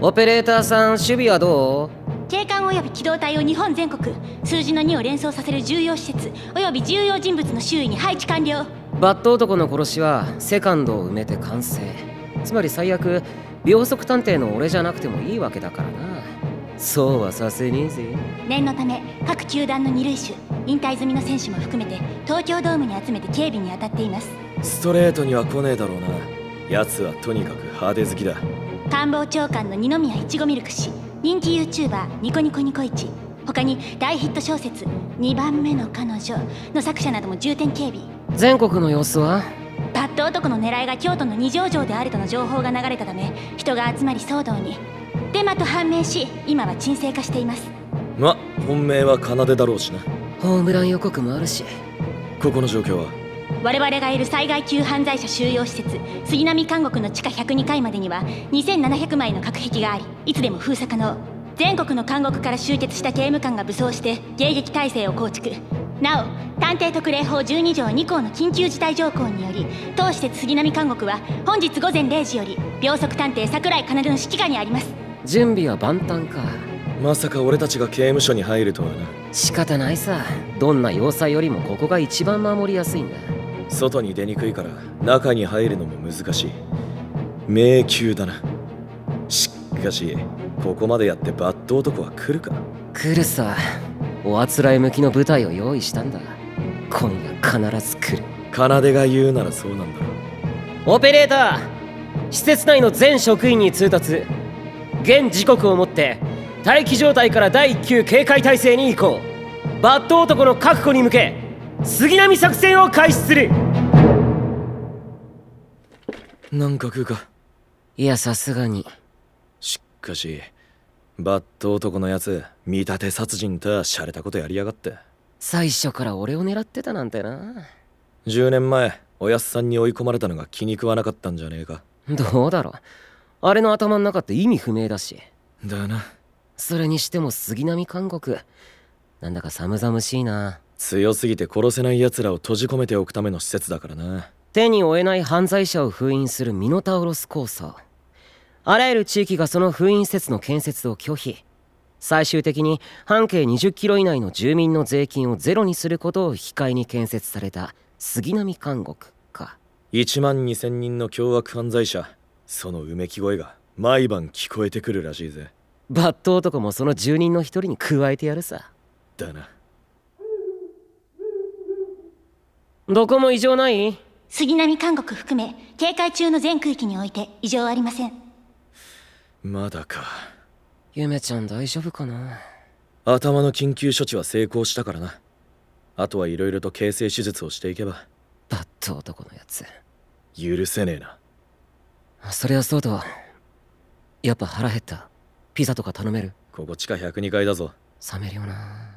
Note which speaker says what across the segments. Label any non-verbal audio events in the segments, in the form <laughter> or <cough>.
Speaker 1: オペレーターさん守備はど
Speaker 2: 警官及び機動隊を日本全国数字の2を連想させる重要施設及び重要人物の周囲に配置完了
Speaker 1: うバット男の殺しはセカンドを埋めて完成つまり最悪秒速探偵の俺じゃなくてもいいわけだからなそうはさせねえぜ
Speaker 2: 念のため各球団の二塁手引退済みの選手も含めて東京ドームに集めて警備に当たっています
Speaker 3: ストレートには来ねえだろうな奴はとにかく派手好きだ
Speaker 2: 官房長官の二宮いちごミルク氏人気 YouTuber ニコニコニコイチ他に大ヒット小説「2番目の彼女」の作者なども重点警備
Speaker 1: 全国の様子は
Speaker 2: バット男の狙いが京都の二条城であるとの情報が流れたため人が集まり騒動にデマと判明し今は沈静化しています
Speaker 3: ま本命は奏だろうしな
Speaker 1: ホームラン予告もあるし
Speaker 3: ここの状況は
Speaker 2: 我々がいる災害級犯罪者収容施設杉並監獄の地下102階までには2700枚の隔壁がありいつでも封鎖可能全国の監獄から集結した刑務官が武装して迎撃体制を構築なお探偵特例法12条2項の緊急事態条項により当施設杉並監獄は本日午前0時より秒速探偵桜井奏の指揮下にあります
Speaker 1: 準備は万端か
Speaker 3: まさか俺たちが刑務所に入るとはな
Speaker 1: 仕方ないさどんな要塞よりもここが一番守りやすいんだ
Speaker 3: 外に出にくいから中に入るのも難しい迷宮だなしかしここまでやってバッド男は来るか
Speaker 1: 来るさおあつらい向きの舞台を用意したんだ今夜必ず来る
Speaker 3: 奏が言うならそうなんだろ
Speaker 1: オペレーター施設内の全職員に通達現時刻をもって待機状態から第1級警戒態勢に移行バット男の確保に向け杉並作戦を開始する
Speaker 3: うなんか食うか
Speaker 1: いやさすがに
Speaker 3: しかしバッド男のやつ見立て殺人としゃれたことやりやがって
Speaker 1: 最初から俺を狙ってたなんてな
Speaker 3: 10年前おやっさんに追い込まれたのが気に食わなかったんじゃねえか
Speaker 1: どうだろうあれの頭の中って意味不明だし
Speaker 3: だな
Speaker 1: それにしても杉並韓国なんだか寒々しいな
Speaker 3: 強すぎて殺せない奴らを閉じ込めておくための施設だからな
Speaker 1: 手に負えない犯罪者を封印するミノタウロス構想あらゆる地域がその封印施設の建設を拒否最終的に半径20キロ以内の住民の税金をゼロにすることを引き換えに建設された杉並監獄か
Speaker 3: 1万2000人の凶悪犯罪者そのうめき声が毎晩聞こえてくるらしいぜ
Speaker 1: バット男もその住人の一人に加えてやるさ
Speaker 3: だな
Speaker 1: どこも異常ない
Speaker 2: 杉並監獄含め警戒中の全区域において異常ありません
Speaker 3: まだか
Speaker 1: ゆめちゃん大丈夫かな
Speaker 3: 頭の緊急処置は成功したからなあとはいろいろと形成手術をしていけば
Speaker 1: バット男のやつ
Speaker 3: 許せねえな
Speaker 1: それはそうだやっぱ腹減ったピザとか頼める
Speaker 3: ここ地下102階だぞ
Speaker 1: 冷めるよな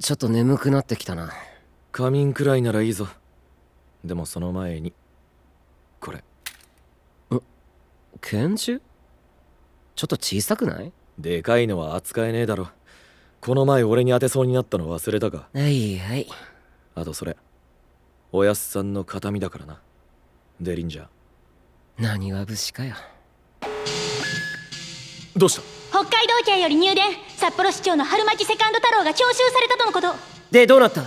Speaker 1: ちょっと眠くなってきたな
Speaker 3: 仮眠くらいならいいぞでもその前にこれ
Speaker 1: 拳銃ちょっと小さくない
Speaker 3: でかいのは扱えねえだろこの前俺に当てそうになったの忘れたか
Speaker 1: はいはい
Speaker 3: あとそれおやっさんの形見だからなデリンジャー
Speaker 1: 何は武士かよ
Speaker 3: どうした
Speaker 2: 北海道警より入電札幌市長の春巻セカンド太郎が徴収されたとのこと
Speaker 1: でどうなった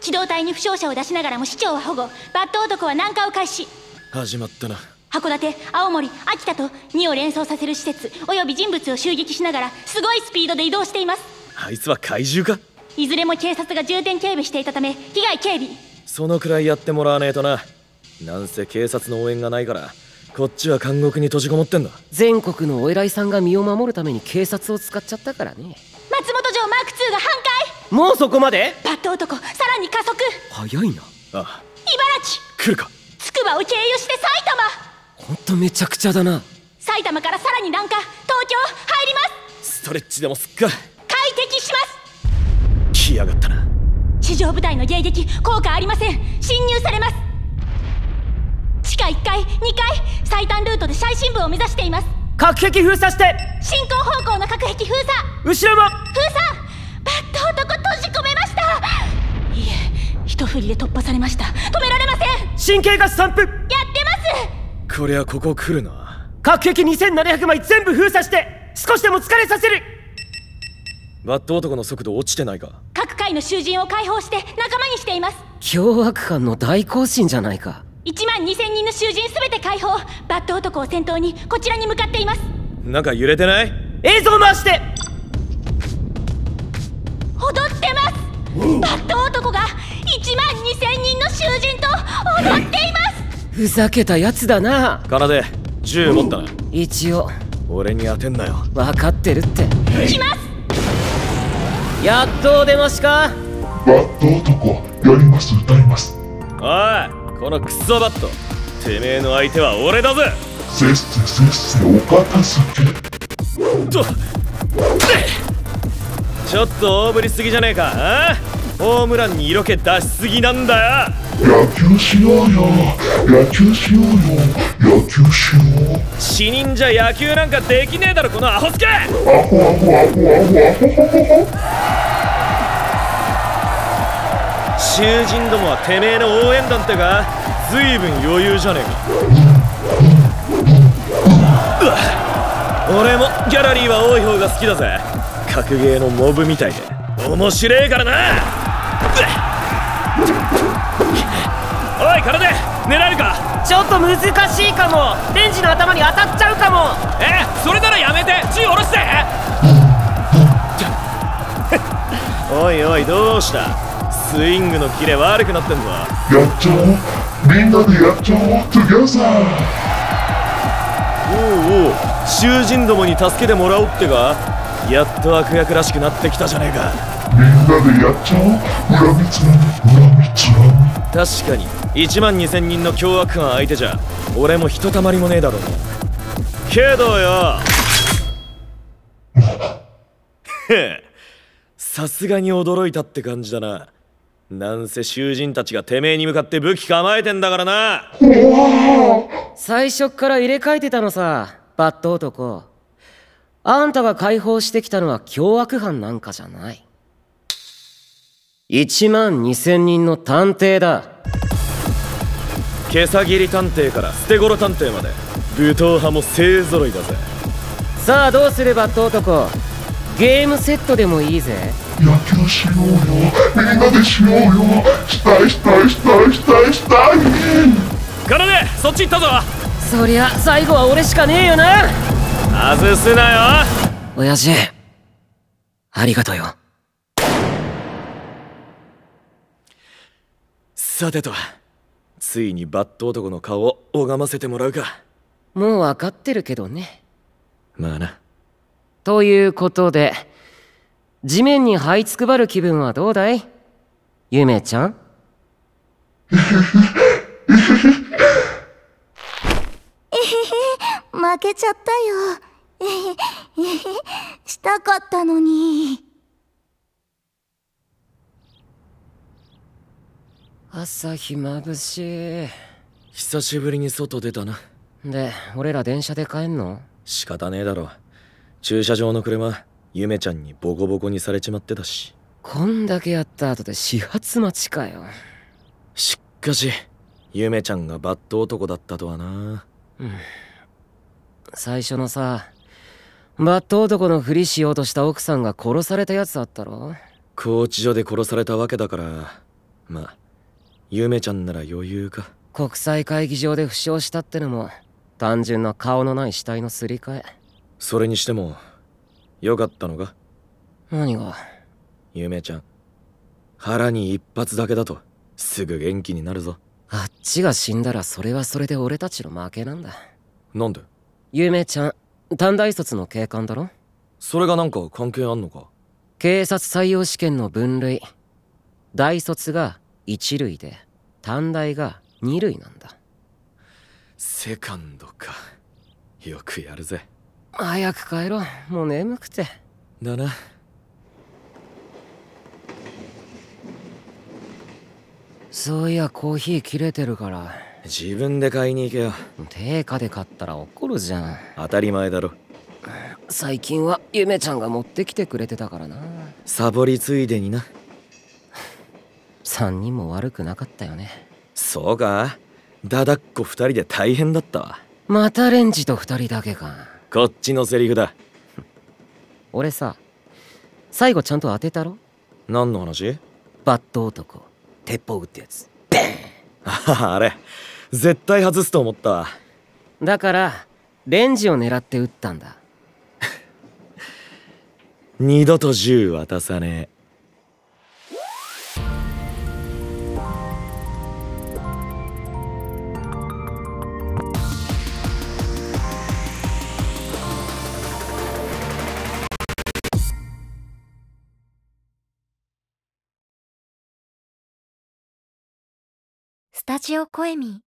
Speaker 2: 機動隊に負傷者を出しながらも市長は保護バット男は南下を開始
Speaker 3: 始まったな
Speaker 2: 函館青森秋田と2を連想させる施設および人物を襲撃しながらすごいスピードで移動しています
Speaker 3: あいつは怪獣か
Speaker 2: いずれも警察が重点警備していたため被害警備
Speaker 3: そのくらいやってもらわねえとななんせ警察の応援がないからこっちは監獄に閉じこもってんだ
Speaker 1: 全国のお偉いさんが身を守るために警察を使っちゃったからね
Speaker 2: 松本城マーク2が半
Speaker 1: もうそこまで
Speaker 2: 壊バット男さらに加速
Speaker 1: 早いな
Speaker 3: ああ
Speaker 2: 茨城
Speaker 3: 来るか
Speaker 2: つくばを経由して埼玉
Speaker 1: ほんとめちゃくちゃだな
Speaker 2: 埼玉からさらに南下東京入ります
Speaker 3: ストレッチでもすっか
Speaker 2: 快適します
Speaker 3: 来やがったな
Speaker 2: 地上部隊の迎撃効果ありません侵入されます地下1階2階最短ルートで最深部を目指しています
Speaker 1: 隔壁封鎖して
Speaker 2: 進行方向の隔壁封鎖
Speaker 1: 後ろも
Speaker 2: 封鎖バット男閉じ込めましたいいえ一振りで突破されました止められませんや
Speaker 1: 神経が散布
Speaker 2: ってます
Speaker 3: こりゃここ来るな
Speaker 1: 各壁2700枚全部封鎖して少しでも疲れさせる
Speaker 3: バット男の速度落ちてないか
Speaker 2: 各界の囚人を解放して仲間にしています
Speaker 1: 凶悪犯の大行進じゃないか
Speaker 2: 1万2000人の囚人すべて解放バット男を先頭にこちらに向かっています
Speaker 3: なんか揺れてない
Speaker 1: 映像回して
Speaker 2: 踊ってますバット男が1万2000人の囚人と踊っています
Speaker 1: ふざけたやつだな
Speaker 3: 奏で銃持ったな
Speaker 1: 一応
Speaker 3: 俺に当てんなよ
Speaker 1: 分かってるって
Speaker 2: 来ます
Speaker 1: やっとお出ましか
Speaker 4: バット男やります歌います
Speaker 3: おいこのクソバットてめえの相手は俺だぜ
Speaker 4: せっせせっせお片付け
Speaker 3: とうっちょっと大振りすぎじゃねえかあホームランに色気出しすぎなんだよ
Speaker 4: 野球しようよ野球しようよ野球しよう
Speaker 3: 死人じゃ野球なんかできねえだろこのアホスケ
Speaker 4: アホアホアホアホアホホホホ
Speaker 3: 囚人どもはてめえの応援団ってかずいぶん余裕じゃねえかうわ俺もギャラリーは多い方が好きだぜ格ゲーのモブみたいで面白えからなうわおい体狙えるか
Speaker 1: ちょっと難しいかもレンジの頭に当たっちゃうかも
Speaker 3: えそれならやめて銃下ろしておいおいどうしたスイングのキレ悪くなってんぞ
Speaker 4: やっちゃおうみんなでやっちゃおうトゥギャザー
Speaker 3: おうおう囚人どもに助けてもらおうってかやっと悪役らしくなってきたじゃねえか
Speaker 4: みんなでやっちゃおう恨みつらみ恨みつらみ
Speaker 3: 確かに1万2000人の凶悪犯相手じゃ俺もひとたまりもねえだろうなけどよへえさすがに驚いたって感じだななんせ囚人たちがてめえに向かって武器構えてんだからな
Speaker 1: 最初っから入れ替えてたのさバット男あんたが解放してきたのは凶悪犯なんかじゃない1万2000人の探偵だ
Speaker 3: 毛さ切り探偵から捨て頃探偵まで武闘派も勢揃いだぜ
Speaker 1: さあどうするバット男ゲームセットでもいいぜ
Speaker 4: 野球しようよみんなでしようよしたいしたいしたいしたいしたい
Speaker 3: 奏でそっち行ったぞ
Speaker 1: そりゃ最後は俺しかねえよな
Speaker 3: 外すなよ
Speaker 1: 親父ありがとうよ
Speaker 3: さてとついにバット男の顔を拝ませてもらうか
Speaker 1: もう分かってるけどね
Speaker 3: まあな
Speaker 1: ということで地面に這いつくばる気分はどうだいゆめちゃん
Speaker 5: 負けちゃったよ。 <laughs> したかったのに。
Speaker 1: 朝日まぶしい
Speaker 3: 久しぶりに外出たな
Speaker 1: で俺ら電車で帰んの
Speaker 3: 仕方ねえだろ駐車場の車ゆめちゃんにボコボコにされちまってたし
Speaker 1: こんだけやった後で始発待ちかよ
Speaker 3: しっかしゆめちゃんがバット男だったとはな
Speaker 1: 最初のさバット男のふりしようとした奥さんが殺されたやつあったろ
Speaker 3: 拘置所で殺されたわけだからまあゆめちゃんなら余裕か
Speaker 1: 国際会議場で負傷したってのも単純な顔のない死体のすり替え
Speaker 3: それにしてもよかったのか
Speaker 1: 何が
Speaker 3: ゆめちゃん腹に一発だけだとすぐ元気になるぞ
Speaker 1: あっちが死んだらそれはそれで俺たちの負けなんだ
Speaker 3: なんで
Speaker 1: ゆめちゃん短大卒の警官だろ
Speaker 3: それがなんか関係あんのか
Speaker 1: 警察採用試験の分類大卒が一類で短大が二類なんだ
Speaker 3: セカンドかよくやるぜ
Speaker 1: 早く帰ろうもう眠くて
Speaker 3: だな
Speaker 1: そういやコーヒー切れてるから
Speaker 3: 自分で買いに行けよ
Speaker 1: 定価で買ったら怒るじゃん
Speaker 3: 当たり前だろ
Speaker 1: 最近はゆめちゃんが持ってきてくれてたからな
Speaker 3: サボりついでにな
Speaker 1: 3人も悪くなかったよね
Speaker 3: そうかだだっこ二人で大変だったわ
Speaker 1: またレンジと二人だけか
Speaker 3: こっちのセリフだ
Speaker 1: 俺さ最後ちゃんと当てたろ
Speaker 3: 何の話 <laughs>
Speaker 1: バット男鉄砲撃ってやつ
Speaker 3: ああれ絶対外すと思ったわ
Speaker 1: だからレンジを狙って撃ったんだ
Speaker 3: 二度と銃渡さね
Speaker 5: スタジオ声ミ